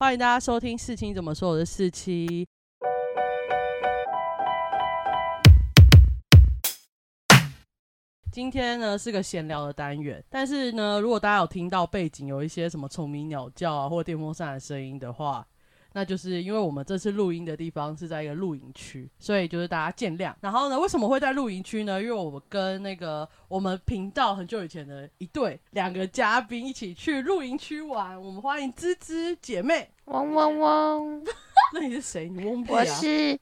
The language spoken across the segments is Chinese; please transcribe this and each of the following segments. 欢迎大家收听《事情怎么说》，我的四七。今天呢是个闲聊的单元，但是呢，如果大家有听到背景有一些什么虫鸣鸟叫啊，或电风扇的声音的话，那就是因为我们这次录音的地方是在一个露营区，所以就是大家见谅。然后呢，为什么会在露营区呢？因为我们跟那个我们频道很久以前的一对两个嘉宾一起去露营区玩，我们欢迎芝芝姐妹。汪汪 汪！那你是谁？你懵逼啊？我是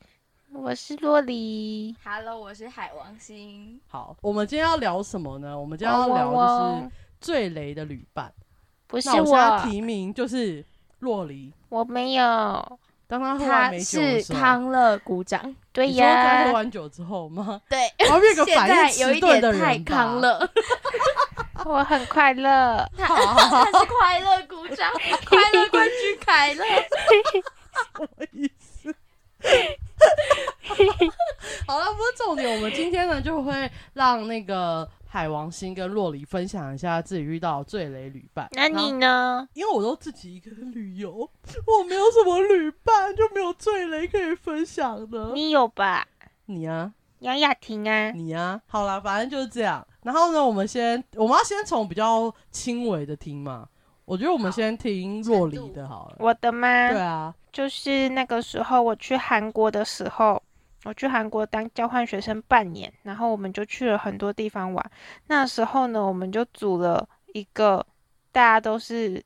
我是洛里， Hello，我是海王星。好，我们今天要聊什么呢？我们今天要汪聊的汪汪是！最雷的旅伴。不是那我现在我，提名就是洛黎，我没有。当他喝完他美酒的是时候，康乐鼓掌，对你说啊他喝呀，完酒之后吗？ 对，我要变个现反在应有迟一钝点的太人吧 康 乐，我很快乐。他 他是快乐鼓 掌，快乐冠军凯乐。什么意思？好了，不是重点。我们今天呢，就会让那个海王星跟洛黎分享一下自己遇到最雷旅伴。那然你后呢？因为我都自己一个人旅游，我没有什么旅伴，就没有最雷可以分享的。你有吧？你啊，杨雅婷啊，你啊，好啦，反正就是这样。然后呢，我们先，我们要先从比较轻微的听嘛。我觉得我们好先听洛黎的好了。我的吗？对啊，就是那个时候我去韩国的时候，我去韩国当交换学生半年，然后我们就去了很多地方玩。那时候呢，我们就组了一个大家都是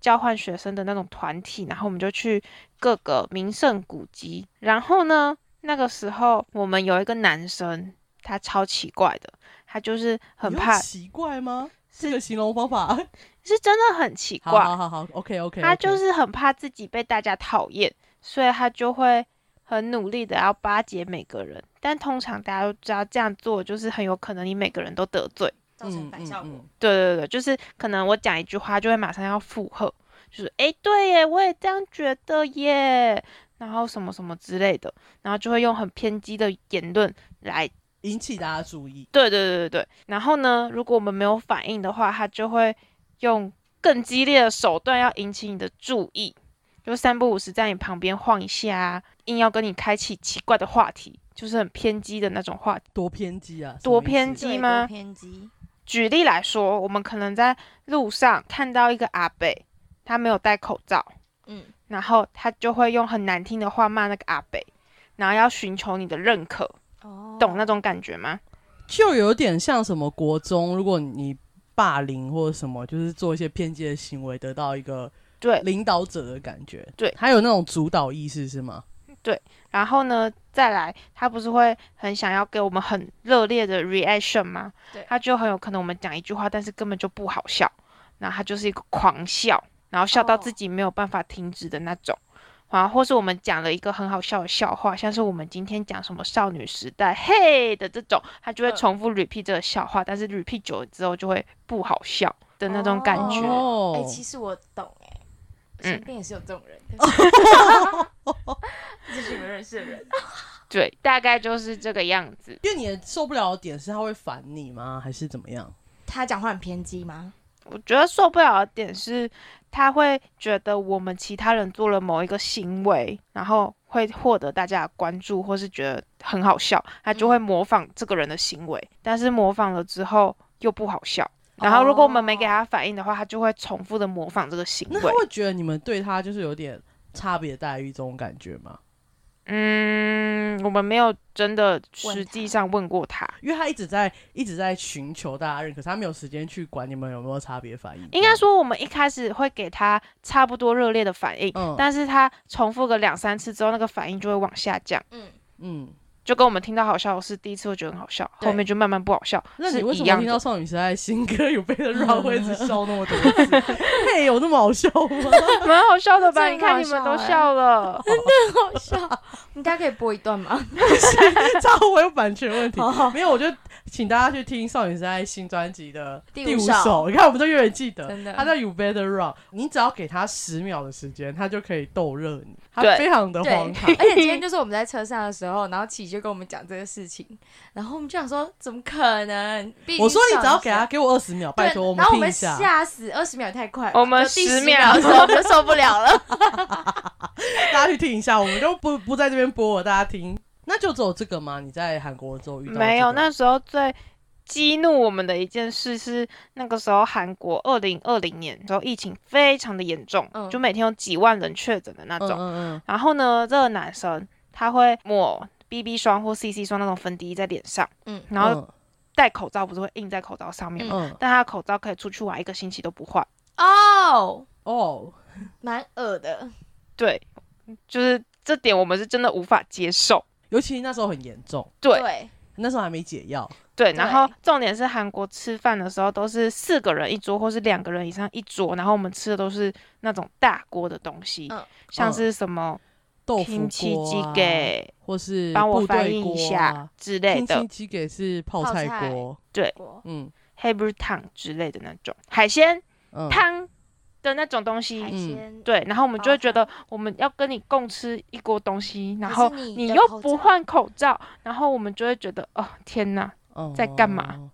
交换学生的那种团体，然后我们就去各个名胜古迹。然后呢，那个时候我们有一个男生，他超奇怪的，他就是很你用怕，奇怪吗？这个形容方 法，是真的很奇好怪。好好好，OK OK，嗯他就是很怕自己被大家讨厌，所以他就会很努力的要巴结每个人。但通常大家都知道这样做就是很有可能你每个人都得罪。 造成嗯反效果。对对对，就是可能我讲一句话就会马上要附和，就是诶，对耶，我也这样觉得耶，然后什么什么之类的，然后就会用很偏激的言论来引起大家注意。对对对对对。然后呢，如果我们没有反应的话，他就会用更激烈的手段要引起你的注意，就三不五时在你旁边晃一下啊，硬要跟你开启奇怪的话题，就是很偏激的那种话题。多偏激啊！什么意多思偏激对吗多偏激，举例来说，我们可能在路上看到一个阿伯，他没有戴口罩，嗯，然后他就会用很难听的话骂那个阿伯，然后要寻求你的认可，哦懂那种感觉吗？就有点像什么国中，如果你霸凌或者什么，就是做一些偏激的行为，得到一个对，领导者的感觉。对还有那种主导意识是吗？然后呢，再来，他不是会很想要给我们很热烈的 reaction 吗？对他就很有可能我们讲一句话，但是根本就不好笑，然后他就是一个狂笑，然后笑到哦自己没有办法停止的那种。然后或是我们讲了一个很好笑的笑话，像是我们今天讲什么少女时代嘿的这种，他就会嗯重复 repeat 这个笑话，但是 repeat 久了之后就会不好笑的那种感觉。哎、哦其实我懂哎、嗯身边也是有这种 人，可是这是我认识的 人。对，大概就是这个样子。因为你的受不了的点是他会烦你吗？还是怎么样？他讲话很偏激吗？我觉得受不了的点是，他会觉得我们其他人做了某一个行为，然后会获得大家的关注，或是觉得很好笑，他就嗯会模仿这个人的行为，但是模仿了之后又不好笑。然后如果我们没给他反应的话，他就会重复的模仿这个行哦那他为。会觉得你们对他就是有点差别待遇这种感觉吗？嗯，我们没有真的问实际他上问过他，因为他一直在一直在寻求大家认可，他没有时间去管你们有没有差别反应。应该说，我们一开始会给他差不多热烈的反应，嗯但是他重复个两三次之后，那个反应就会往下降。嗯，嗯，就跟我们听到好笑的是第一次会觉得很好笑，对后面就慢慢不好笑，那你是为一什么样听 到的。少女时代的新歌有 被人绕会一直笑那么多次？嘿，有那么好笑吗？ 蛮好笑的吧？这你个很看好你们都笑欸笑了，好笑。你大家可以播一段吗？这样会有版权问题。没有，我就请大家去听少女时代新专辑的第第五五首首。你看，我们都永远记得，真的它叫 You Better Run。你只要给它十秒的时间，它就可以逗乐你。它对非常的对荒唐， 而且今天就是我们在车上的时候，然后琪就跟我们讲这个事情，然后我们就想说，怎么可能？毕竟我说你只要给他上给我二十秒，对拜托然后我听们一下。吓死，二十秒也太快了，我们就第10 10秒的时候我们就受不了了。大家去听一下，我们就不不在这边播了，大家听。那就只有这个吗？你在韩国之后遇到、没有，那时候最激怒我们的一件事是，那个时候韩国二零二零年的时候疫情非常的严重，嗯就每天有几万人确诊的那嗯种。嗯然后呢，这个男生他会抹 BB 霜或 CC 霜那种粉底在脸上，嗯嗯，然后戴口罩不是会印在口罩上面嗯吗？嗯但他的口罩可以出去玩一个星期都不换。 哦，哦，蛮恶的，对，就是这点我们是真的无法接受。尤其那时候很严重，对对，那时候还没解药，对，然后重点是韩国吃饭的时候都是四个人一桌，或是两个人以上一桌，然后我们吃的都是那种大锅的东西，嗯像是什么豆腐 kimchi 锅、啊、给，或是帮我部翻队啊译一锅下啊，之类的金，鸡给是泡泡菜菜锅，嗯黑不汤之类的那种海鲜嗯，汤的那种东西，海鲜，嗯对，然后我们就会煲觉得我们要跟你共吃一锅东西，然可后是你你的又口不罩换口罩，然后我们就会觉得哦天哪，嗯在干嘛？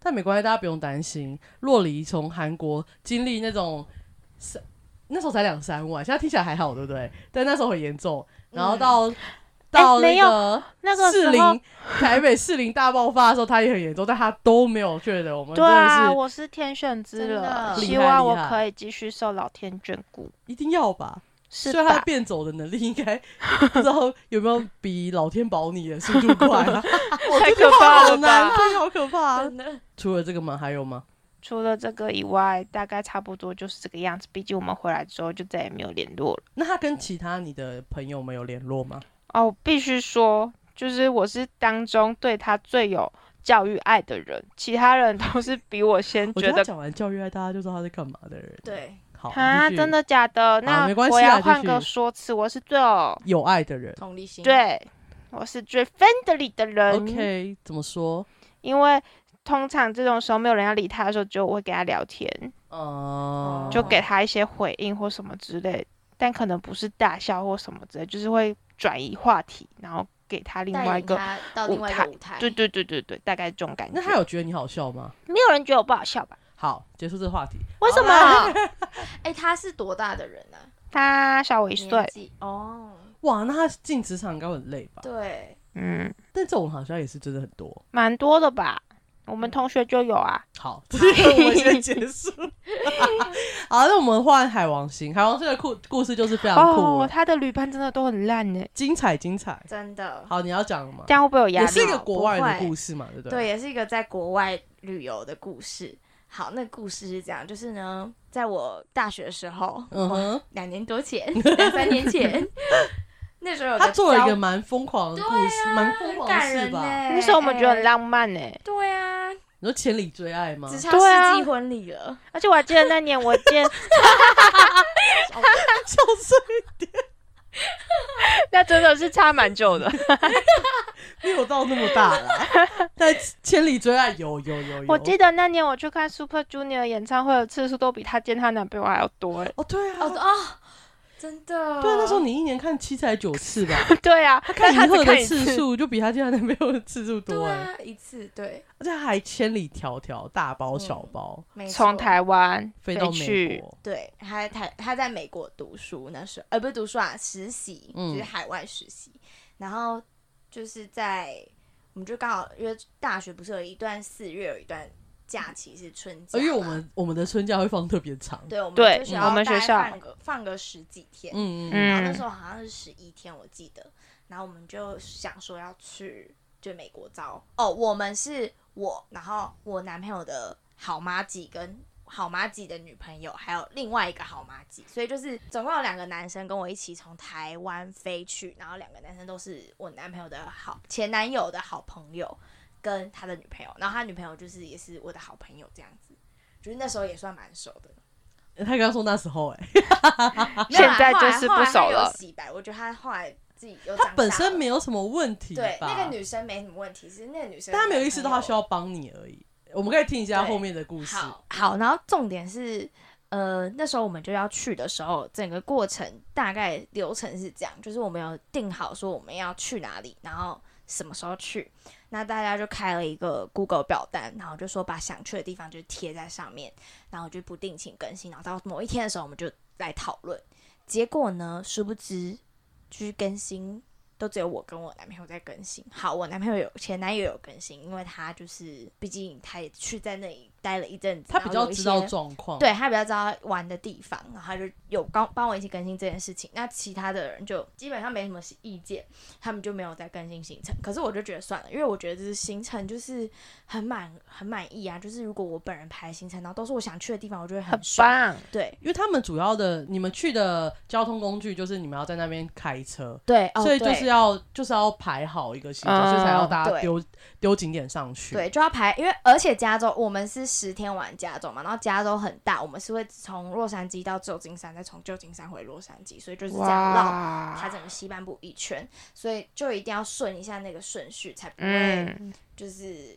但没关系，大家不用担心。洛黎从韩国经历那种三，那时候才两三万，现在听起来还好，对不对？但那时候很严重，然后到、到嗯哎没那有个那个士时候林台北士林大爆发的时候，他也很严重，但他都没有确诊。我们真对的啊，是我是天选之真人，的厉希害望厉我害可以继续受老天眷顾，一定要吧？是虽然他吧？变走的能力应该 不知道有没有比老天保你的速度快啊！我太这句可话怕好了难吧！听，好可怕啊！真的除了这个吗？还有吗？除了这个以外，大概差不多就是这个样子。毕竟我们回来之后就再也没有联络了。那他跟其他你的朋友们有联络吗？哦，我必须说，就是我是当中对他最有教育爱的人，其他人都是比我先我觉觉得他得讲完教育爱，大家就知道他在干嘛的人。，对，好，啊，继续真的假的？那没关系我啊要继换个续说辞，我是最有有爱的人。同理心，，对，我是最 friendly 的人。 OK，怎么说？因为通常这种时候没有人要理他的时候，只有我会跟他聊天，哦，就给他一些回应或什么之类，但可能不是大笑或什么之类，就是会转移话题，然后给他另外带一领个。他到另外一个舞台，对对对对对，大概这种感觉那。他有觉得你好笑吗？没有人觉得我不好笑吧？好，结束这个话题。为什好么？ 哎，他是多大的人啊？他小我一岁年。纪哦，哇，那他进职场应该会很累吧？对，嗯，但这种好像也是真的很多。蛮多的吧？我们同学就有啊。好，这个 我们先结束。 好，那我们换海王星。海王星的故故事就是非常酷哦，了，他的旅伴真的都很烂呢，精彩精彩。真的，好，你要讲了吗这？样会不会有压也力？啊是一个国外人的不会故事嘛，对不对，对？也是一个在国外旅游的故事。好，那故事是这样，就是呢，在我大学的时候，嗯哼，两年多前，两三年 前，那时候有他做了一交个蛮疯狂的故事，蛮疯啊很狂的感事人呢、吧？嗯那时候我们觉得很哎浪漫呢。对啊，你说千里追爱吗？只差对啊世纪婚礼了，而且我还记得那年我见笑死！ 那真的是差蛮久的。没有到那么大啦，但千里追爱有有有有。我记得那年我去看 Super Junior 演唱会的次数都比她见她男朋友还要多 哎。哦，对啊，哦哦，真的，对啊，那时候你一年看七次还九次吧？对啊，他看但她银只赫看的一次次，数就比他见她男朋友的次数多对哎、啊，一次对，而且他还千里迢迢大包小包、没错从台湾飞到美去，国，对，他在台他在美国读书那时候，呃，不是读书啊，实习，嗯就是海外实习。然后就是在我们就刚好因为大学不是有一段四月有一段假期是春假而哦嘛，且我们我们的春假会放特别长，对我们对就嗯想要我们学大概校放个放个十几天，嗯嗯嗯，嗯然后那时候好像是十一天我记得，然后我们就想说要去就美国招哦，我们是我，然后我男朋友的好妈吉跟好妈吉的女朋友，还有另外一个好妈吉，所以就是总共有两个男生跟我一起从台湾飞去，然后两个男生都是我男朋友的好前男友的好朋友跟他的女朋友，然后他女朋友就是也是我的好朋友这样子，就是那时候也算蛮熟的。他刚刚说那时候哎、没有 啦现在就是不熟了后来后来他有洗白，我觉得他后来自己有他长本大身了没有什么问题吧？对那个女生没什么问题，是那个女生但他没有男意识朋到他友需要帮你而已。我们可以听一下对后面的故事。好好，然后重点是，呃，那时候我们就要去的时候，整个过程大概流程是这样，就是我们有定好说我们要去哪里，然后什么时候去，那大家就开了一个 Google 表单，然后就说把想去的地方就贴在上面，然后就不定期更新，然后到某一天的时候我们就来讨论。结果呢，殊不知就是更新。都只有我跟我男朋友在更新。好，我男朋友有前男友有更新，因为他就是毕竟他也去在那里待了一阵子，他比然后较有一知道些状况，，对他比较知道玩的地方，然后他就有帮帮我一起更新这件事情。那其他的人就基本上没什么意见，他们就没有再更新行程。可是我就觉得算了，因为我觉得这是行程就是很满很满意啊。就是如果我本人排行程，然后都是我想去的地方，我就会嗯很爽。棒，对因为他们主要的你们去的交通工具就是你们要在那边开车，对，哦所以就是对要就是要排好一个行程，嗯所以才要大家对丢丢景点上去。对，就要排，因为而且加州我们是十天玩加州嘛，然后加州很大，我们是会从洛杉矶到旧金山，再从旧金山回洛杉矶，所以就是这样绕它哇，嗯整个西半部一圈，所以就一定要顺一下那个顺序，才不会嗯，就是、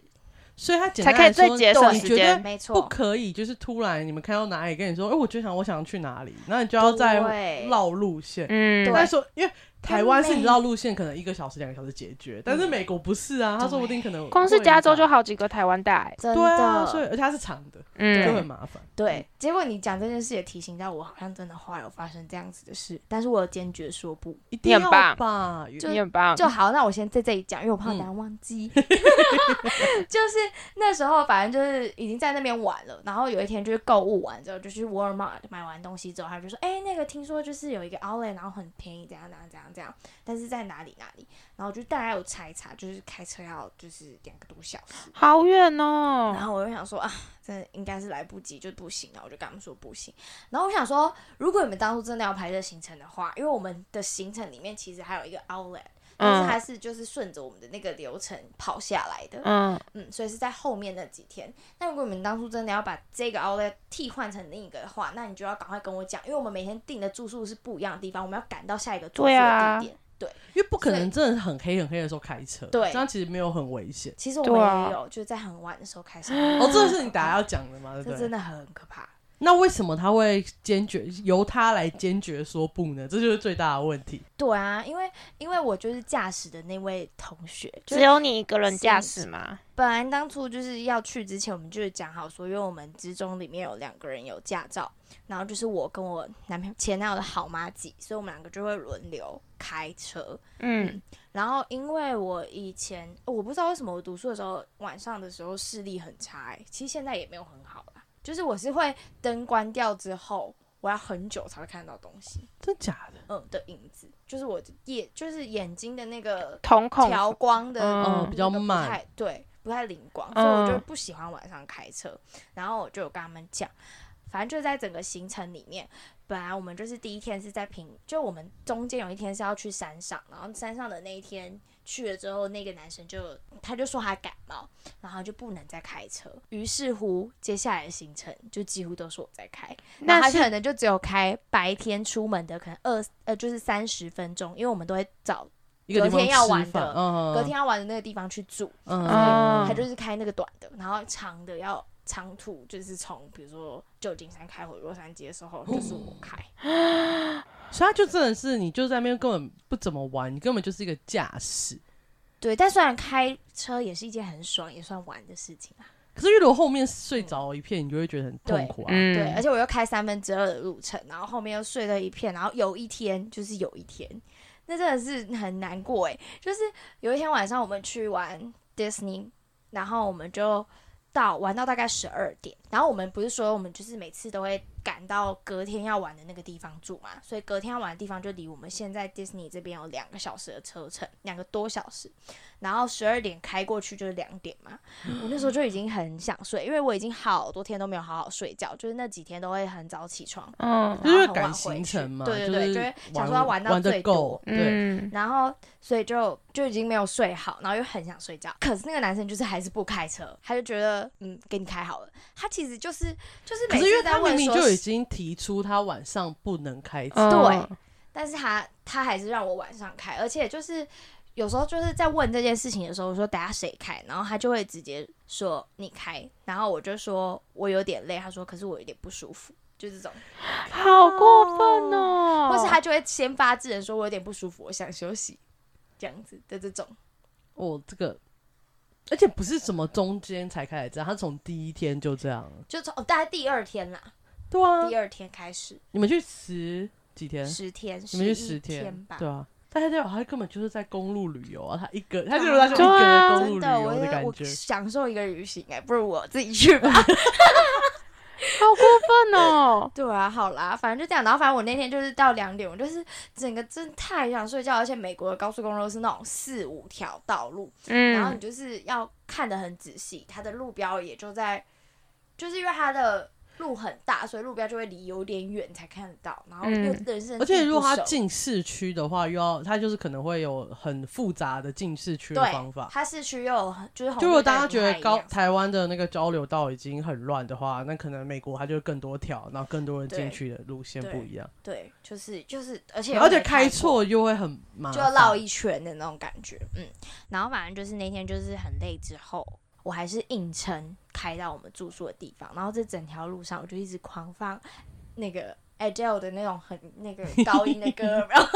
所以他简才单可以来说最节省哎你时觉得间。没不错，可以，就是突然你们看到哪里，跟你说，哎、我就想我想去哪里，那你就要再对绕路线。嗯，对但是说，因为台湾是你绕路线，可能一个小时、两个小时解嗯决，但是美国不是啊，他说不定可能光是会加州很就好几个台湾大欸，真对啊，所以的而且它是长的，就很嗯，麻烦。对。结果你讲这件事也提醒到我，好像真的后来有发生这样子的事，但是我有坚决说不，一定要你很棒吧？就你很棒，就好。那我先在这里讲，因为我怕嗯大家忘记。 就是那时候，反正就是已经在那边玩了，然后有一天就是购物完之后，就去 Walmart 买完东西之后，他就说：“哎、那个听说就是有一个 Outlet，然后很便宜，怎样怎样怎样怎样，但是在哪里哪里。”然后就大概有查一查，就是开车要就是两个多小时。好远然哦，后我就想说啊，真的应该是来不及，就不行了。然后我就跟他们说不行。然后我想说，如果你们当初真的要排这行程的话，因为我们的行程里面其实还有一个 Outlet。但是它嗯是就是顺着我们的那个流程跑下来的，嗯，嗯，所以是在后面那几天。那如果你们当初真的要把这个 outlet 替换成另一个的话，那你就要赶快跟我讲，因为我们每天订的住宿是不一样的地方，我们要赶到下一个住宿对的啊地点。对,、因为不可能真的很黑很黑的时候开车，对这样其实没有很危险。其实我对们啊也有，就是在很晚的时候开始。哦哦，这是你等下要讲的 嘛，对这不真对？的很可怕。那为什么他会坚决由他来坚决说不呢？这就是最大的问题。对啊，因为因为我就是驾驶的那位同学，只就是有你一个人驾驶吗？本来当初就是要去之前，我们就是讲好说，因为我们之中里面有两个人有驾照，然后就是我跟我男朋友前男友的好妈姐，所以我们两个就会轮流开车。嗯，然后因为我以前哦我不知道为什么我读书的时候晚上的时候视力很差、欸，其实现在也没有很好啦，就是我是会灯关掉之后，我要很久才会看到东西，真假的？嗯的影子，就是我的夜就是眼睛的那个瞳孔调光的嗯那个比较不慢太对，不太灵光，所嗯以我就不喜欢晚上开车。然后我就有跟他们讲，反正就在整个行程里面，本来我们就是第一天是在平，就我们中间有一天是要去山上，然后山上的那一天去了之后，那个男生就他就说他感冒，然后就不能再开车。于是乎，接下来的行程就几乎都是我在开。那那他是可能就只有开白天出门的，可能二呃就是三十分钟，因为我们都会找一个地隔方天要吃玩的饭嗯，隔天要玩的那个地方去住，嗯，嗯他就是开那个短的，然后长的要长途，就是从比如说旧金山开回洛杉矶的时候，就是我开，所以他就真的是你就在那边根本不怎么玩，你根本就是一个驾驶。对，但虽然开车也是一件很爽也算玩的事情啊，可是因为如果后面睡着一片，你就会觉得很痛苦啊。嗯，对，而且我又开三分之二的路程，然后后面又睡了一片，然后有一天就是有一天，那真的是很难过诶，就是有一天晚上我们去玩 Disney，然后我们就到玩到大概十二点，然后我们不是说我们就是每次都会赶到隔天要玩的那个地方住嘛，所以隔天要玩的地方就离我们现在 Disney 这边有两个小时的车程，两个多小时，然后十二点开过去就是两点嘛，我那时候就已经很想睡，因为我已经好多天都没有好好睡觉，就是那几天都会很早起床，嗯就是然会后很赶晚回行去程嘛，对就对是对，就会想说要玩到玩最的多嗯够，，对，然后所以就就已经没有睡好，然后又很想睡觉。可是那个男生就是还是不开车，他就觉得嗯，给你开好了。他其实就是就是可每是因为次他在明问明说就已经提出他晚上不能开车，嗯对但是他他还是让我晚上开，而且就是有时候就是在问这件事情的时候，我说等下谁开，然后他就会直接说你开，然后我就说我有点累，他说可是我有点不舒服，就这种，好过分哦！或是他就会先发制人说我有点不舒服，我想休息，这样子的这种，哦，这个，而且不是什么中间才开始这样，他从第一天就这样了。就从、哦、大概第二天啦，对啊第，二天开始，你们去十几天？十天，你们去一十天吧对。啊。但他就他根本就是在公路旅游啊，他一个他就是他就一个对啊人公路真旅的，游我感我觉， 享受一个旅行哎、不如我自己去 吧。好过分哦！对啊，好啦，反正就这样。然后反正我那天就是到两点，我就是整个真的太想睡觉，而且美国的高速公路是那种四五条道路，然后你 嗯，就是要看得很仔细，它的路标也就在，就是因为它的路很大，所以路标就会离有点远才看得到，然后嗯又人生地不熟、而且如果他进市区的话，又要他就是可能会有很复杂的进市区的方对，法。它市区又有很就是红绿就如果灯大家不觉得太一高样台湾的那个交流道已经很乱的话，那可能美国它就更多条，然后更多人对进去的路线对不一样，对，就是就是，而且而且又没开过错又会很麻就烦。绕一圈的那种感觉，嗯，然后反正就是那天就是很累之后，我还是硬撑开到我们住宿的地方，然后这整条路上我就一直狂放那个 Adele 的那种很 那个高音的歌，然后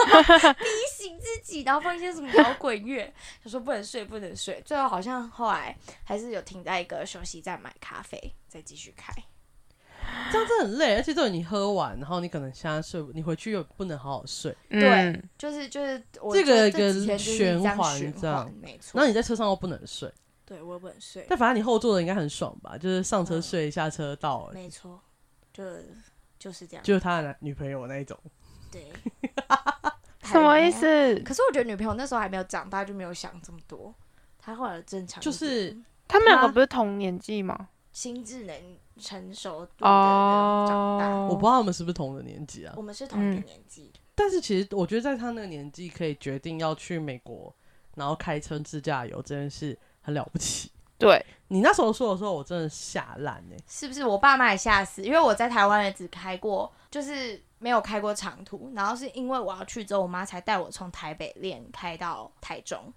逼醒自己，然后放一些什么摇滚乐，就说不能睡不能睡，最后好像后来还是有停在一个休息站买咖啡，再继续开，这样真的很累，而且就是你喝完，然后你可能现在睡不，你回去又不能好好睡，嗯，就是就是我这个就这一个几天就是这循样环循这样环，没然后错，你在车上又不能睡。对我也不能睡。但反正你后座的应该很爽吧？就是上车睡，下车到，嗯没错，就就是这样。就是他的男女朋友那一种。对，什么意还有？啊思？可是我觉得女朋友那时候还没有长大，就没有想这么多。她后来正常一点，就是他们两个他不是同年纪吗？心智能成熟度的那种长大。哦，我不知道他们是不是同的年纪啊我，们是同一个嗯年纪，但是其实我觉得在他那个年纪可以决定要去美国，然后开车自驾游这件事很了不起。对，你那时候说的时候，我真的吓烂哎！是不是？我爸妈也吓死，因为我在台湾也只开过，就是没有开过长途。然后是因为我要去之后，我妈才带我从台北练开到台中，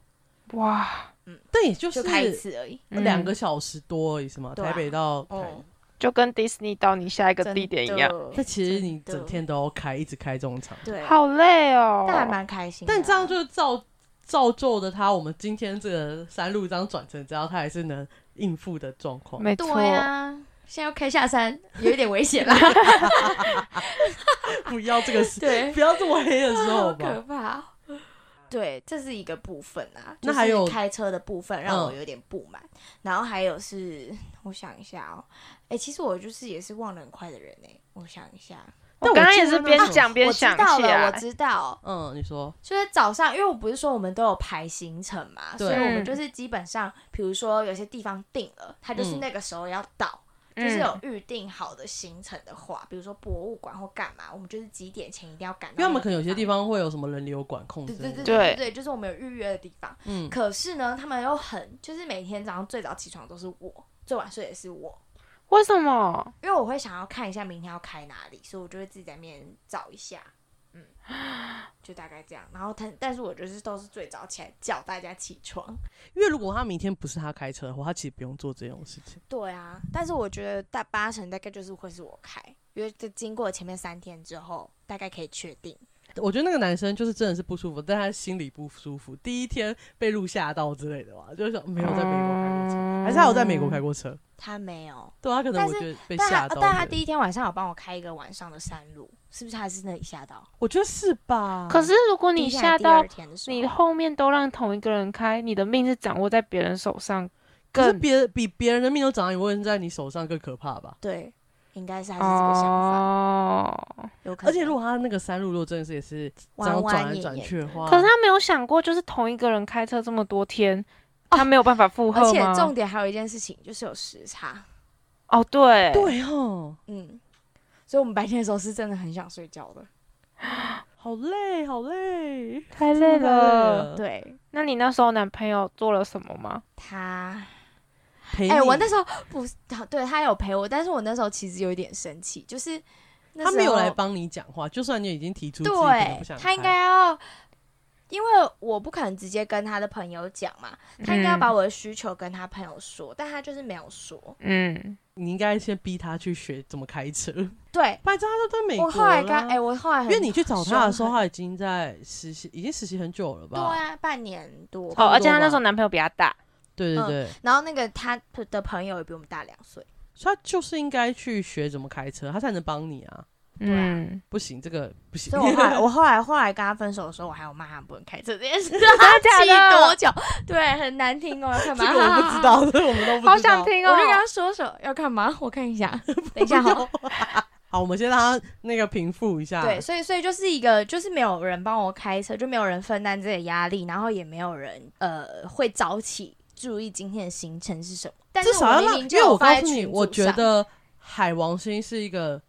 哇，但也就就是开一次而已。嗯两个小时多而已，是吗？对啊台北到台哦，就跟迪士尼到你下一个真地点一的样，但其实你真的整天都要开，一直开这种场。对，啊好累哦。但还蛮开心的啊。但这样就是造造就的他，我们今天这个山路这样转成这样，他还是能应付的状况。没错，对呀，现在要开下山，有一点危险了。 不要这个时， 对，不要这么黑的时候 好吧可。怕。对，这是一个部分啊，那还有就是开车的部分让我嗯有点不满，然后还有是，我想一下哦，哎、其实我就是也是忘得很快的人哎、我想一下，但我刚刚记也得是那边时候讲边哦我知想道起了，来我，知道，嗯，你说就是早上，因为我不是说我们都有排行程嘛，对所以我们嗯就是基本上，比如说有些地方定了，它就是嗯那个时候要到，就嗯是有预定好的行程的话，比如说博物馆或干嘛，我们就是几点前一定要赶到。因为他们可能有些地，方会有什么人流管控制对那种，对对对对对，就是我们有预约的地方。嗯，可是呢，他们又很，就是每天早上最早起床都是我，最晚睡也是我，为什么？因为我会想要看一下明天要开哪里，所以我就会自己在面找一下。 嗯，就大概这样。然后他，但是我就是都是最早起来叫大家起床。因为如果他明天不是他开车的话，他其实不用做这种事情。对啊，但是我觉得大八成大概就是会是我开，因为这经过前面三天之后，大概可以确定。我觉得那个男生就是真的是不舒服，但他心里不舒服。第一天被路吓到之类的吧，就是想没有在美国开过车，还是他有在美国开过车？他没有，对啊他可能嗯但我是觉得被但吓他到。但他第一天晚上有帮我开一个晚上的山路，是不是他是那里吓到？我觉得是吧？可是如果第你一天还吓是第到二天的时候你后面都让同一个人开，你的命是掌握在别人手上，可是更别比别人的命都掌握，你问在你手上更可怕吧？对，应该是还是这个想法，哦。有可而能。且如果他那个山路如果真的是也是这弯样转弯来眼转眼去的的话，可是他没有想过，就是同一个人开车这么多天，他没有办法负荷而且吗？重点还有一件事情就是有时差，哦，对，对哦，嗯，所以我们白天的时候是真的很想睡觉的。好累，好累，太累呃了。对那你那时候男朋友做了什么吗？他，陪哎、我你那时候不是，对他有陪我，但是我那时候其实有一点生气，就是那他时没有候来帮你讲话，就算你已经提出自己可能对不想，他应开该要，因为我不可能直接跟他的朋友讲嘛，他应该要嗯把我的需求跟他朋友说，但他就是没有说。嗯，你应该先逼他去学怎么开车。 对反正他都在美国我后来跟啦哎、我后来因很为你去找他的时候，凶他已经在实习，已经实习很久了对吧？啊，半年多吧。多哦，而且她那时候吧男朋友比她大，对对嗯对，然后那个他的朋友也比我们大两岁，所以他就是应该去学怎么开车，他才能帮你啊。啊嗯，不行，这个不行所以。我后 来我后来后来跟他分手的时候，我还有骂他不能开车这件事，假啊他气的多久？ 对，很难听哦，要干 这个嘛？我不知 道，这个我们都不知道。好想听哦我就跟他说说要干嘛，我看一下，等一下哦 哈。好，我们先让他那个平复一下。对，所以所以就是一个，就是没有人帮我开车，就没有人分担这个压力，然后也没有人呃会早起注意今天的行程是什么。但是至少要我明让，明因就为有我发告在诉你，群我组觉上得海王星是一个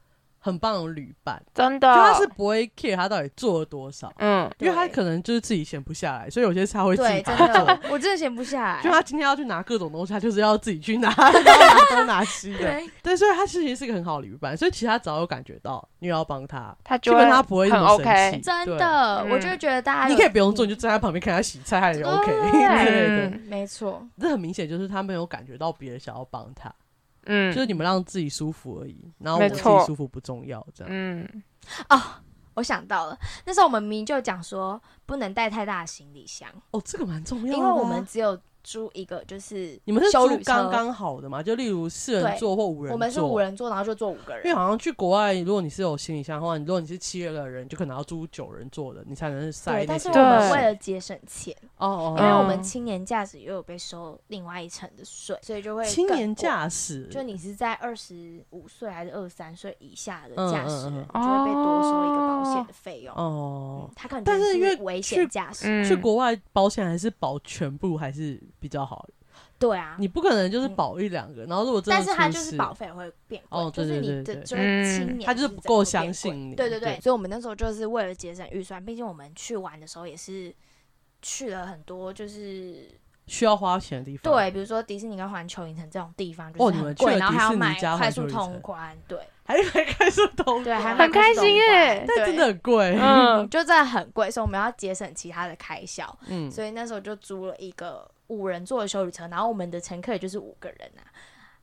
很棒的旅伴，真就的，他是不会 care 他到底做了多少，嗯，因为他嗯对可能就是自己闲不下来，所以有些事他会自己对，把真它做。 的，我真的闲不下来。就他今天要去拿各种东西，他就是要自己去 拿，然后拿东拿西的。对，对，所以他其实是个很好的旅伴，所以其实他早有感觉到你也要帮他，她基就本上他不会那很么生 OK，气。真对，的，我嗯就会觉得大家你有可以不用做，你就站在旁边看他洗菜，他也 OK 对之类的。嗯没错，这很明显就是他没有感觉到别人想要帮他，嗯就是你们让自己舒服而已，然后我没自己错舒服不重要，这样。嗯，哦我想到了，那时候我们明明就讲说不能带太大的行李箱，哦，这个蛮重要的啊，因为我们只有租一个，就是你们是修租旅车刚刚好的嘛？就例如四人对座或五人座，我们是五人座，然后就坐五个人因为。好像去国外，如果你是有行李箱的话，你如果你是七个人，就可能要租九人座的，你才能塞对，那但是些我东西。们对为了节省钱，哦因为哦我嗯们青年价值又有被收另外一层的税，所以就会哦，青更年贵。驾驶，就你是在二十五岁还是二三岁以下的嗯驾嗯驶人，嗯就会被多收一个保险哦的费用。哦嗯，他可能但觉得是因为危去险驾驶，嗯去国外保险还是保全部还是比较好，对啊，你不可能就是保一两个，然后如果真但的是他出就是事，保费会变贵，哦对对就是你对的对就是青嗯年，他就是不够相信你对对对，对所以我们那时候就是为了节省预算，毕竟我们去玩的时候也是去了很多，就是需要花钱的地方。，对，比如说迪士尼跟环球影城这种地方，就哦是你很们贵，去了然后还要迪士尼买加快环速球影通城关，对还是还开始通对，还关买很快开速心通关耶但真的，很贵。对嗯就真的很贵，所以我们要节省其他的开销，嗯，所以那时候就租了一个五人座的修旅车，然后我们的乘客也就是五个人啊。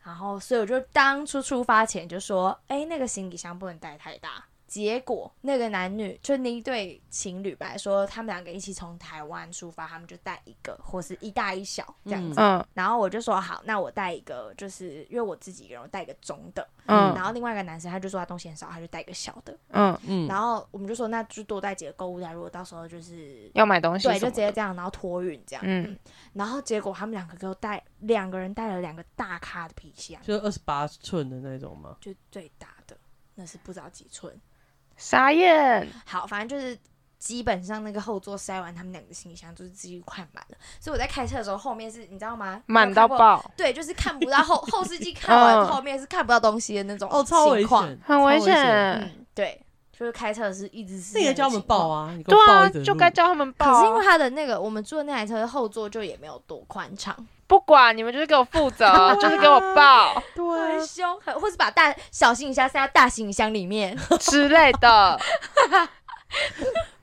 然后，所以我就当初出发前就说，哎，那个行李箱不能带太大。结果那个男女就那一对情侣吧，说他们两个一起从台湾出发，他们就带一个或是一大一小这样子。嗯然后我就说好，那我带一个，就是因为我自己一个人，我带一个中的。嗯然后另外一个男生他就说他东西很少，他就带一个小的。嗯，嗯，然后我们就说那就多带几个购物袋，如果到时候就是要买东西什么对，的，就直接这样，然后托运这样。嗯然后结果他们两个给我带，两个人带了两个大咖的皮箱，就是二十八寸的那种嘛。就最大的，那是不知道几寸。傻眼，好，反正就是基本上那个后座塞完他们两个行李箱，就是几乎快满了。所以我在开车的时候，后面是你知道吗？满到你有看过爆，对，就是看不到 后后视镜看完嗯后面是看不到东西的那种哦，超危情况。险，很危超险。险。嗯，对，就是开车是一直是那个个叫我们情报况。啊，你给对我报啊一整，就路该叫他们报可是因为啊。他的那个，我们坐的那台车的后座就也没有多宽敞，不管你们，就是给我负 责，就是给我 报对啊很凶，很或是把大小行李箱塞到大行李箱里面，之类的。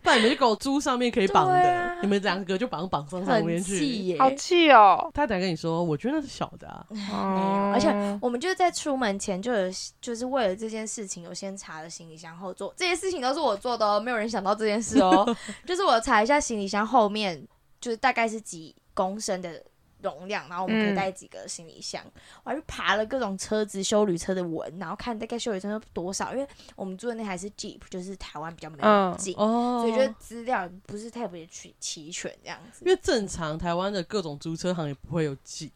不然你们就给我租上面可以绑的，对啊你们两个就绑绑上上很面去气。耶。好气哦！他才跟你说，我觉得那是小的啊，有哦，而且我们就是在出门前就有，就是为了这件事情，有先查了行李箱后座，这些事情都是我做的哦，没有人想到这件事 哦。就是我查一下行李箱后面，就是大概是几公升的容量，然后我们嗯可以带几个行李箱。我还去爬了各种车子、修旅车的文，然后看大概修旅车多少，因为我们住的那台是 Jeep，就是台湾比较没有嗯进，哦所以就资料不是特别齐齐全这样子因。为正常台湾的各种租车行也不会有 Jeep，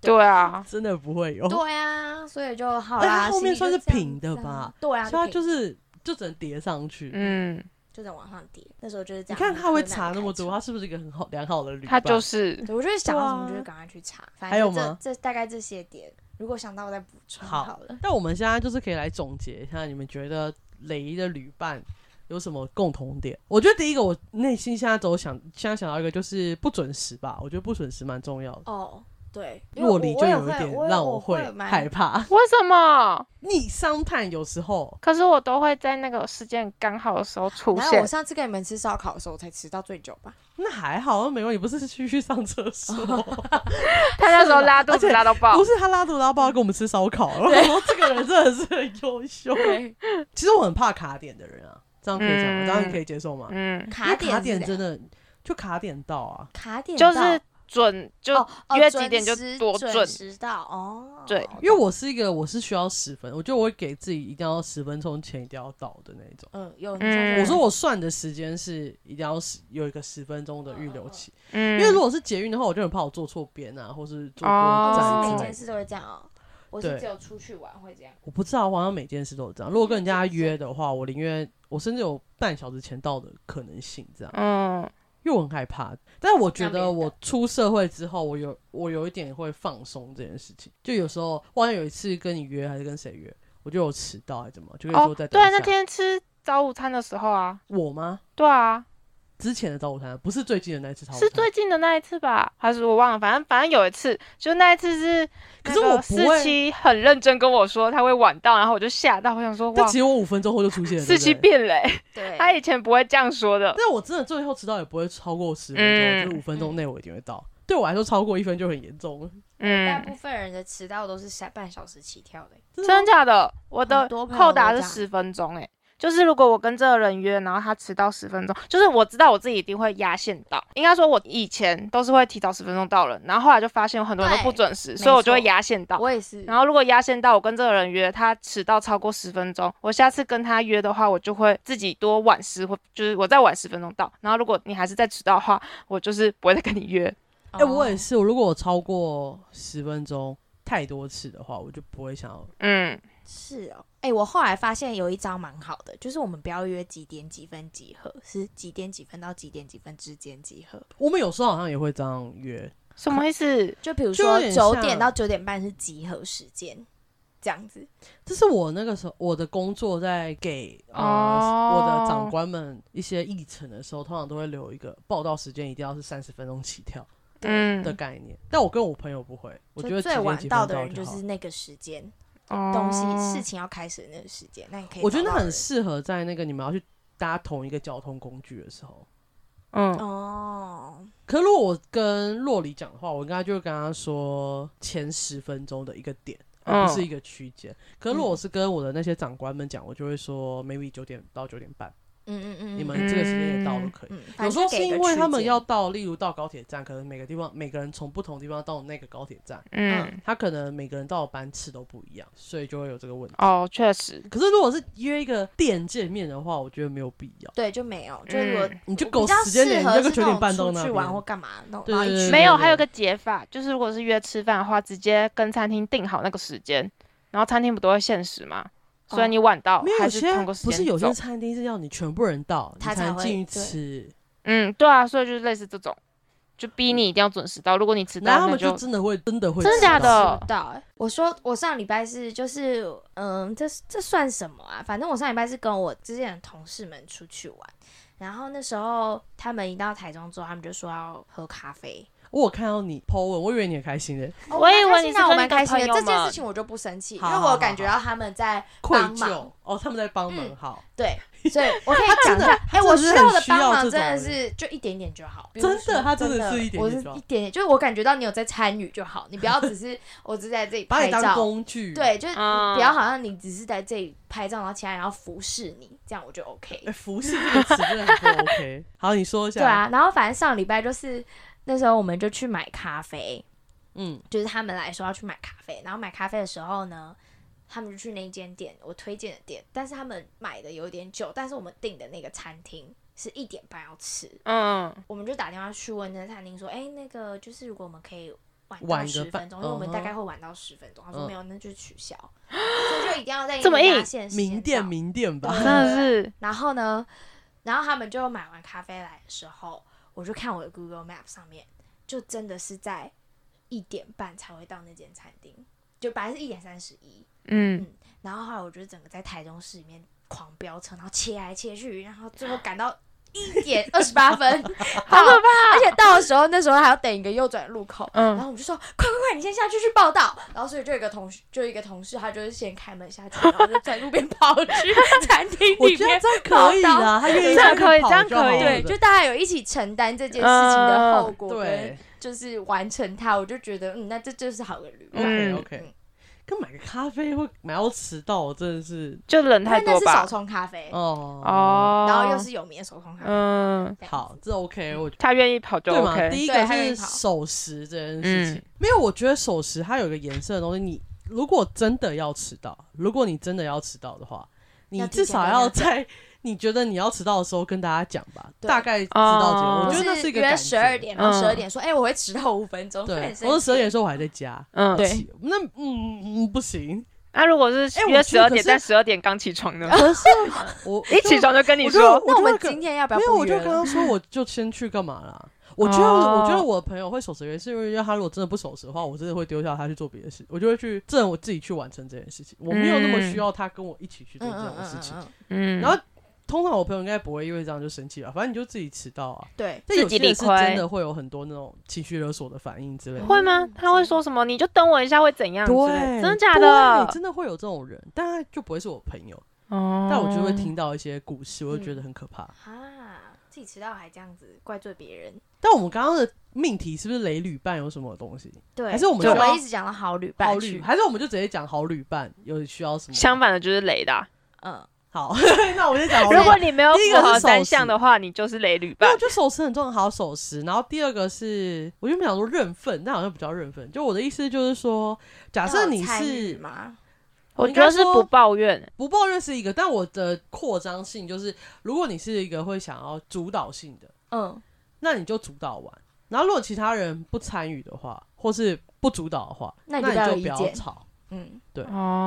对啊，真的不会有，所对啊，所以就好而且啦。它后面行算李就是这样平的这样吧？对啊，以它平就是就只能叠上去。嗯，就在往上叠。那时候就是这你样。看他会很困难查那么多，开他是不是一个很好良好的旅他伴？就是车，对我就是想到什么对啊就是赶快去查。反还有正这吗这大概这些点，如果想到我再补充好好了。但我们现在就是可以来总结一下，你们觉得雷的旅伴有什么共同点？我觉得第一个，我内心现在都想，现在想到一个就是不准时吧。我觉得不准时蛮重要的。哦，对，因为若我离我就也有一会点我也让我会蛮害怕。为什么？逆商探有时候可是我都会在那个时间刚好的时候出然后现我。上次跟你们吃烧烤的时候，我才迟到最久吧？那还好，啊那没问题，不是去去上厕所，哦 他那时候拉肚而子且拉到爆不，是他拉肚子，他爸跟我们吃烧烤。然后这个人真的是很优秀。对，其实我很怕卡点的人啊，这样可以讲吗？嗯这样可以接受吗？嗯，因为卡点卡是点怎真样的就卡点到啊，卡点就到是准就哦哦约准几点就时多准准时到哦。对懂因为我是一个我是需要十分，我觉得我会给自己一定要十分钟前一定要到的那一种。嗯有嗯我说我算的时间是一定要十有一个十分钟的预留期，因嗯，为如果是捷运的话，我就很怕我坐错边啊，或是坐哦过我站之是每类件的事都会这样哦，我是对只有出去玩会这样。我不知道，我好像每件事都这样。如果跟人家约的话，我宁愿我甚至有半小时前到的可能性，这样，嗯因为我很害怕。但我觉那得免得我出社会之后，我有我有一点会放松这件事情。就有时候，我好像有一次跟你约还是跟谁约，我就有迟到还是怎么，就跟你哦说在，对等一啊，下。那天吃早午餐的时候啊，我吗？对啊，之前的早午餐啊不是最近的那一次早午餐，是最近的那一次吧，还是我忘了？反正反正有一次，就那一次是可那是我个不四会。七很认真跟我说他会晚到，然后我就吓到，我想说但哇其，实我五分钟后就出现了，对四不七对变嘞、欸对，他以前不会这样说的。但我真的最后迟到也不会超过十分嗯钟，就是五分钟内我一定会到。对我来说，超过一分就很严重了。大嗯，部分人的迟到都是三半小时起跳的。真假的？我的很多朋友扣打都是这十分钟，哎，就是如果我跟这个人约，然后他迟到十分钟，就是我知道我自己一定会压线到。应该说，我以前都是会提早十分钟到人，然后后来就发现有很多人都对不准时，没所以我就会错压线到。我也是，然后如果压线到，我跟这个人约，他迟到超过十分钟，我下次跟他约的话，我就会自己多晚十，或就是我再晚十分钟到。然后如果你还是再迟到的话，我就是不会再跟你约。哎、我也哦是，如果我超过十分钟太多次的话，我就不会想要。嗯，是哦。哎、我后来发现有一招蛮好的，就是我们不要约几点几分集合，是几点几分到几点几分之间集合。我们有时候好像也会这样约，什么意思？就比如就说有点九像点到九点半是集合时间，这样子。这是我那个时候我的工作在给呃、哦我的长官们一些议程的时候，通常都会留一个报道时间，一定要是三十分钟起跳嗯，的概念。但我跟我朋友不会，我觉就得最几点晚几分到到的人就好是那个时间，东东西、事情要开始的那个时间。那你可以，我觉得很。适合在那个你们要去搭同一个交通工具的时候。嗯哦，可如果我跟洛里讲的话，我应该就会跟他说前十分钟的一个点，嗯而不是一个区间。可如果我是跟我的那些长官们讲，我就会说 maybe 九点到九点半，嗯嗯嗯，你们这个时间也到都可以。嗯，有反时正候就是给一个因为他们区间要到，例如到高铁站，可能每个地方每个人从不同地方到那个高铁站，嗯他可能每个人到的班次都不一样，所以就会有这个问题。哦，确实，可是如果是约一个店见面的话，我觉得没有必要，对就没有，就是我嗯你嗯就比狗较时间点，适你合就个是九点种半到出那去玩或边。干嘛，那种对然后一对群对没有，对还有个解法，就是如果是约吃饭的话，直接跟餐厅定好那个时间，然后餐厅不都会限时吗？哦所以你晚到没有还有是些同个时不间是有些走餐厅是要你全部人到，他你才才能会进去对吃，嗯，对啊，所以就是类似这种，就逼你一定要准时到。如果你迟然到，后他那们就就真的会真的会真的迟假到的吃不到、欸。我说我上礼拜是就是嗯，这这算什么啊？反正我上礼拜是跟我之前的同事们出去玩，然后那时候他们一到台中之后，他们就说要喝咖啡。我有看到你 po 文，我以为你很开心的，哦我以为你是我跟蛮你的开心的，我蛮开心的。朋友这件们事情我就不生气，因好为好好我感觉到他们在愧帮忙疚。哦，他们在帮忙嗯好，对，所以我可以讲一下，哎、 他真的我需要的帮他忙真真的的很需要是就一点点就好，真的比如说他真的是一点我点是就好一点点，就是我感觉到你有在参与就好，你不要只是我只是在这里把拍你当照，工具，对，就是啊嗯不要好像你只是在这里拍照，然后其他人要服侍你，这样我就 OK 哎，。服饰这个词真的很不 OK。好，你说一下，对，啊，然后反正上礼拜就是那时候我们就去买咖啡，嗯，就是他们来说要去买咖啡，然后买咖啡的时候呢，他们就去那一间店，我推荐的店，但是他们买的有点久，但是我们订的那个餐厅是一点半要吃，嗯我们就打电话去问那个餐厅说，哎、那个就是如果我们可以晚到晚个十半分钟，因为我们嗯哼大概会晚到十分钟，他嗯说没有，那就取消，所以就一定要在这么硬压线时间名店到名店吧对，真的是然后呢，然后他们就买完咖啡来的时候，我就看我的 Google Map 上面，就真的是在一点半才会到那间餐厅，就本来是一点三十一，嗯然后后来我就整个在台中市里面狂飙车，然后切来切去，然后最后赶到一 点二十八分好到，可怕！而且到的时候那时候还要等一个右转路口，嗯然后我就说快快快，你先下去去报道。然后所以就有一个同事，就有一个同事，他就是先开门下去，然后就在路边跑 去餐厅我里觉得面这样可以啦，他愿意这样下去可以跑这样就好可了以对，就大家有一起承担这件事情嗯的后果，对，，就是完成它，我就觉得嗯，那这就是好的旅伴。 OK 嗯 OK，跟买个咖啡会买到迟到，我真的是就人太但那多是手吧？冲咖啡，哦哦，然后又是有名的手冲咖啡。嗯，这样子好，这 OK，我他愿意跑就对嘛？ OK。第一嗯对个他愿是意跑守时这件事情，嗯没有，我觉得守时它有一个颜色的东西，你如果真的要迟到，如果你真的要迟到的话，你要提至前少跟要他讲在你觉得你要迟到的时候跟大家讲吧，对大概知道结哦果。我就觉得那是一个约感十二觉。点，然后嗯十二点说，哎，我会迟到五分钟，会对很，哦生我是气十二点的时候我还在家。嗯，对起，那嗯嗯嗯不行，那如果是哎我觉约十得二可点，是但十二点刚起 床呢？可是我一起床就跟你我就说，我那我们就跟今天要不要没有，不我就约刚了？哦刚说，我就先去干嘛啦？我觉得我，我觉得我的朋友会守时，原因是因为他如果真的不守时的话，我真的会丢下他去做别的事，我就会去真的我自己去完成这件事情。我没有那么需要他跟我一起去做嗯这嗯种嗯事嗯情。嗯，嗯，然后通常我朋友应该不会因为这样就生气吧，反正你就自己迟到啊。对，但有自己些理人是真亏的会有很多那种情绪勒索的反应之类的。会吗？他会说什么？你就等我一下，会怎啊样之类的？对，真的假对的？真的会有这种人，但他就不会是我朋友，哦但我就会听到一些故事，我就觉嗯得很可怕。啊，自己迟到还这样子怪罪别人，但我们刚刚的命题是不是雷旅伴有什么东西？对，还是我们就我需要们一直讲到好旅好伴旅，去，还是我们就直接讲好旅伴有需要什么？相反的就是雷的啊。嗯，好， 那我们就讲好旅如伴。果你没有第一个符是合守三项时的话，你就是雷旅那伴我。觉得守时很重要，好守时。然后第二个是，我原本想说认份，但好像不叫认份。就我的意思就是说，假要设有你参与是吗？我应觉该得是说不抱怨，不抱怨是一个，但我的扩张性就是，如果你是一个会想要主导性的，嗯，那你就主导完。然后如果其他人不参与的话，或是不主导的话，那那你就不要有不意要见吵。嗯，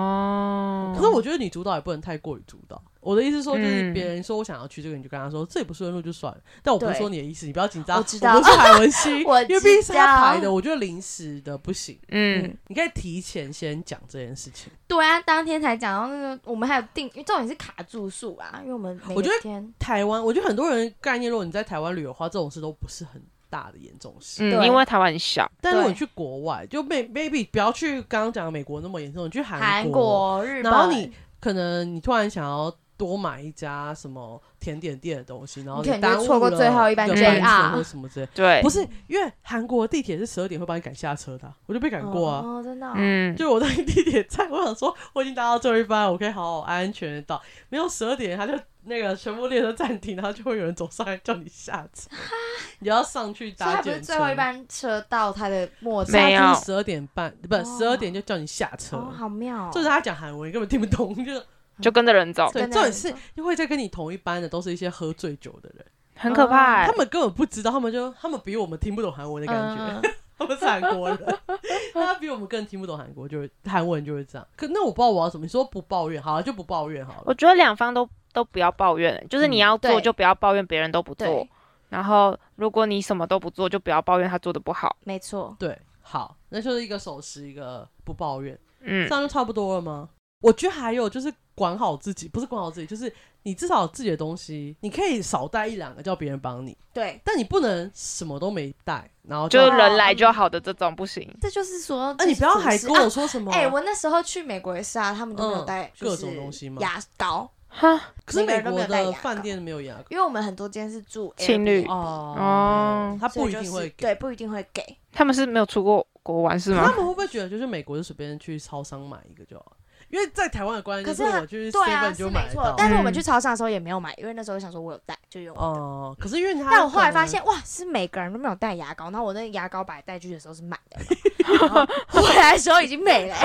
哦可是我觉得你主导也不能太过于主导。我的意思是说，就是嗯别人说我想要去这个，你就跟他说这也不顺路就算了。但我不是对说你的意思，你不要紧张。我知道不是海文熙， 我因为毕竟是他排知的，道我觉得临时的不行。嗯，你可以提前先讲这件事情。对啊，当天才讲到那个，我们还有定，因为重点是卡住宿啊，因为我们每我觉个得天台湾，我觉得很多人概念，如果你在台湾旅游的话，这种事都不是很大的严重事。嗯，对因为台湾很小，但如果对你去国外，就 may, maybe 不要去刚刚讲的美国那么严重，你去韩国国、日本，然后你可能你突然想要多买一家什么甜点店的东西，然后你可能就耽误错过了最后一班个班 JR 车或什么之类。对不，是，因为韩国地铁是十二点会把你赶下车的啊、我就被赶过啊。哦，真的哦，嗯，就我在地铁站，我想说我已经搭到最后一班，我可以好好安安全全地到。没有十二点，他就那个全部列车暂停，然后就会有人走上来叫你下车，你要上去所以搭他检不车。是最后一班车到他的末站，没有十二点半，不哦十二点就叫你下车。哦，好妙哦，就是他讲韩文，你根本听不懂，就是就跟着人走，对，跟哦重着点人是走因为在跟你同一班的都是一些喝醉酒的人，很可怕欸他。们根本不知道，他们就他们比我们听不懂韩文的感觉，嗯 他们是韩国人，他比我们更听不懂韩国，就是韩文就是这样。可那我不知道我要怎么，你说不抱怨，好了就不抱怨好我了。觉得两方都都不要抱怨，欸就是你嗯要做对就不要抱怨别人都不做对，，然后如果你什么都不做，就不要抱怨他做的不好。没错，对，好，那就是一个守时，一个不抱怨，嗯这，样就差不多了吗？我觉得还有就是管好自己，不是管好自己，就是你至少有自己的东西，你可以少带一两个叫别人帮你，对，但你不能什么都没带，然后就叫是人来就好的这种不行。这就是说，那、你不要还这是跟主我食啊说什么？哎、我那时候去美国也是啊，他们都没有嗯带、就各是种东西吗牙膏，哈，可是每个美人都没国有带的牙膏饭店没有牙膏因为我们很多间是住情侣 Airbnb，哦哦，他所不以一就是定会给。对，不一定会给。他们是没有出过国玩是可吗他？们会不会觉得就是美国就随便去超商买一个就好？因为在台湾的观念可就是是我去对啊， seven 是就没买得错到。。嗯但是我们去超市的时候也没有买，因为那时候想说我有带就用我的。哦，可是因为他，但我后来发现，，哇，是每个人都没有带牙膏。那我那牙膏摆带去的时候是满 的，然后回来的时候已经没了、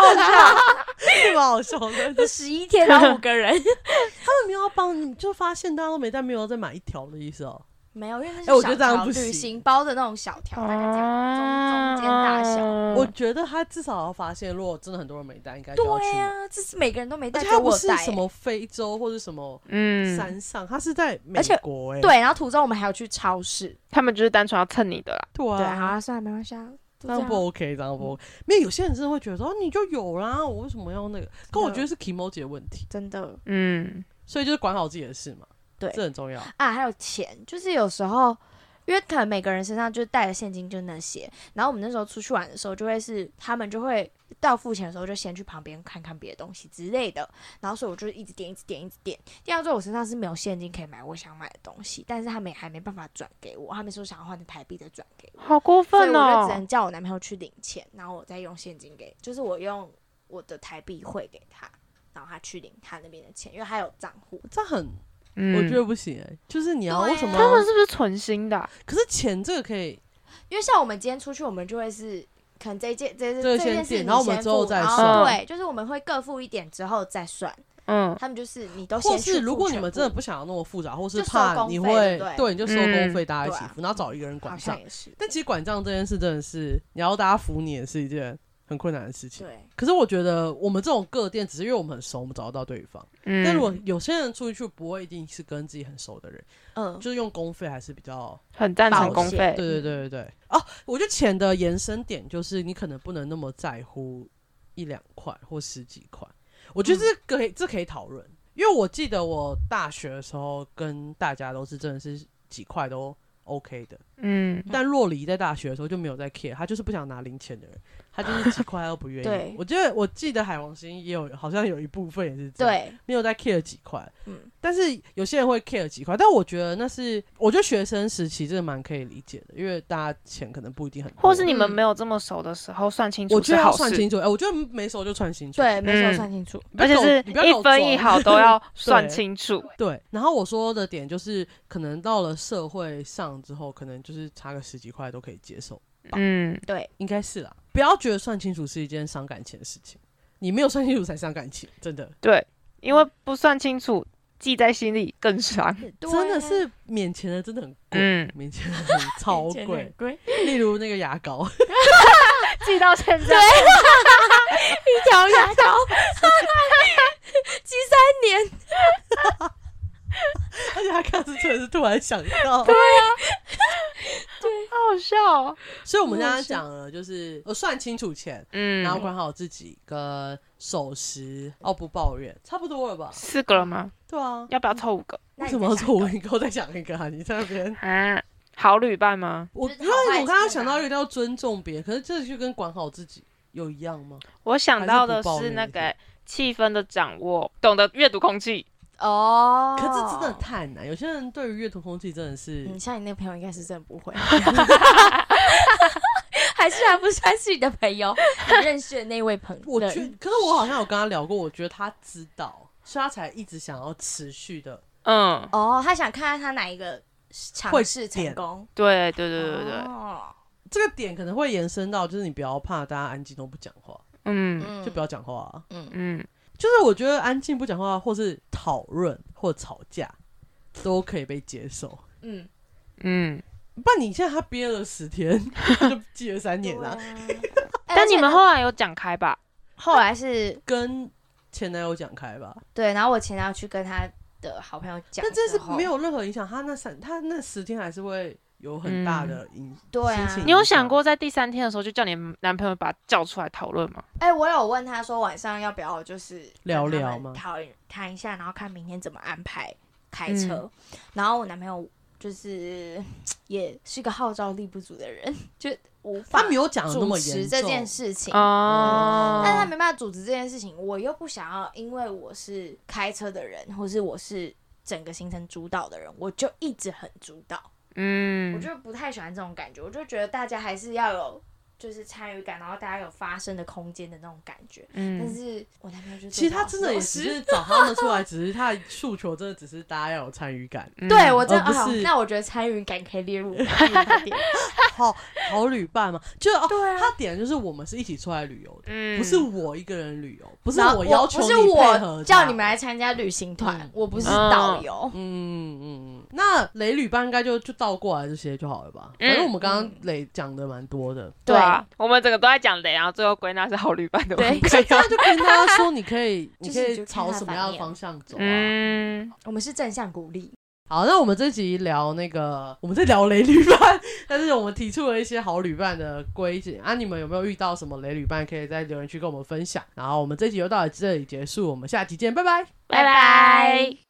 对吧？好笑的，这十一天然后五个人 他们没有要帮你，就发现大家都没带，没有要再买一条的意思哦。没有，因为那哎我觉是小得这样条不旅行哦行包的那种小条，大概这样中中间大小。我我觉得他至少要发现，如果真的很多人没带，应该就要去对买。呀、这是每个人都没带，而且就他我不欸有是带、什么非洲或者什么嗯，山上，他是在美而且国哎。欸对，然后途中我们还有去超市，他们就是单纯要蹭你的啦。对对，好啊，啊，算了，没关系啊，这就这嗯样不 OK，这样不 OK。没有，有些人真的会觉得说，哦你就有啦，我为什么要那个？可我觉得是 emoji 的问题，真的，嗯，所以就是管好自己的事嘛。对这很重要。啊，还有钱，就是有时候，因为可能每个人身上就带的现金就那些，然后我们那时候出去玩的时候，就会是他们就会到付钱的时候就先去旁边看看别的东西之类的，然后所以我就一直点，一直点，一直点，点到最后我身上是没有现金可以买我想买的东西，但是他们也还没办法转给我，他们说想要换成台币再转给我，好过所分以我就只哦！能叫我男朋友去领钱，然后我再用现金给，就是我用我的台币汇给他。然后他去领他那边的钱，因为他有账户。这很嗯，我觉得不行、欸，就是你要对啊为什么？他们是不是存心的啊、可是钱这个可以，因为像我们今天出去，我们就会是可能这一件这这个这件先事点你然后我们先之后付再然后算对，就是我们会各付一点之后再算。嗯，他们就是你都或先去是如付果你全们部真的不想要那么复杂，或是就收怕公你费会对不对对，你就收工费大家一起嗯付，然后找一个人管好账像。也是，但其实管账这件事真的是，你要大家服你也是一件很困难的事情。对可是我觉得我们这种各店，只是因为我们很熟，我们找得到对方。嗯但如果有些人出去不会一定是跟自己很熟的人，嗯，就是用公费还是比较很赞成保公险费对，对对对对。哦，我觉得钱的延伸点就是你可能不能那么在乎一两块或十几块，我觉得这个可以、这可以讨论，因为我记得我大学的时候跟大家都是真的是几块都 OK 的，嗯，但洛黎在大学的时候就没有在 care，他就是不想拿零钱的人，他就是几块都不愿意对。我觉得我记得海王星也有，好像有一部分也是这样，对，没有在 care 几块。嗯，但是有些人会 care 几块，但我觉得那是，我觉得学生时期真的蛮可以理解的，因为大家钱可能不一定很多，或是你们嗯没有这么熟的时候算清我楚觉是得要好算事，清楚，哎、我觉得没熟就算清楚，对，没错，嗯算清楚，你不而要且给我，是你不要给我一分一装毫 都要算对嗯清楚。对，然后我说的点就是，可能到了社会上之后，可能就是差个十几块都可以接受，嗯，对，应该是啦。不要觉得算清楚是一件伤感情的事情，你没有算清楚才伤感情，真的，对，因为不算清楚，记在心里更伤。嗯真的是免钱的真的很贵，啊嗯，免钱的很超 贵，贵，例如那个牙膏， 记到现在，一条 牙膏七三年，而且他看是真的是突然想到。好好笑、哦。所以我们刚刚是讲了，就是我算清楚钱，嗯，然后管好自己，跟守时，哦不抱怨，差不多了吧？四个了吗？对啊，要不要凑五个那为什你再么要想做一文个我再讲一个啊？你在那边，啊？好旅伴吗？我就是因为好坏我刚刚是想吧到一个叫尊重别人，可是这就跟管好自己有一样吗？我还想是到不的抱是怨那一个点气氛的掌握，懂得阅读空气。哦，可是真的太难，有些人对于阅读空气真的是嗯，像你那个朋友应该是真的不会， 还是还不算是你的朋友，你认识的那位朋友，我觉，可是我好像有跟他聊过，我觉得他知道，所以他才一直想要持续的。嗯，哦，他想看看他哪一个尝会试点成功，对对对对对，哦这个点可能会延伸到，就是你不要怕大家安静都不讲话，嗯嗯，就不要讲话、啊。嗯，嗯，就是我觉得安静不讲话，或是讨论或吵架，都可以被接受。嗯，嗯，不然你现在他憋了十天， 他就记了三年啊啊了、 但你们后来有讲开吧？哎后来是跟前男友讲开吧，对，然后我前男友去跟他的好朋友讲之但后，这是没有任何影响。他那三他那十天还是会有很大的影、对啊心情嗯你有影响想？过在第三天的时候就叫你男朋友把他叫出来讨论吗？哎、我有问他说晚上要不要就是跟聊他们聊吗讨谈一下，然后看明天怎么安排开车。嗯然后我男朋友就是也是个号召力不足的人，就无法他没有讲的那么主持严这重，件事情。哦，但是他没办法组织这件事情，我又不想要，因为我是开车的人，或是我是整个行程主导的人，我就一直很主导。我嗯，就不太喜欢这种感觉，我就觉得大家还是要有就是参与感，然后大家有发声的空间的那种感觉。但嗯，是我男朋友就其实他做真不到的也老只师是找他们出来，只是他的诉求真的只是大家要有参与 感。嗯对我真哦的、而不哎呦是那我觉得参与感可以 列入我的第一点好好旅伴嘛，就哦，对啊他点就是我们是一起出来旅游的。嗯不是我一个人旅游，不是然后我要求不是你配合我叫他你们来参加旅行团，嗯我不是嗯导游。嗯嗯嗯，那雷旅伴应该就就倒过来这些就好了吧？嗯反正我们刚刚嗯雷讲的蛮多的，对啊，我们整个都在讲雷，然后最后归纳是好旅伴的 对问题啊。那就跟大家说，你可 以你就可是以就看朝他什么反样的应方向走啊？嗯，我们是正向鼓励，好，那我们这集聊那个，我们在聊雷旅伴，但是我们提出了一些好旅伴的规矩啊。你们有没有遇到什么雷旅伴？可以在留言区跟我们分享。然后我们这集就到这里结束，我们下期见，拜拜。拜拜。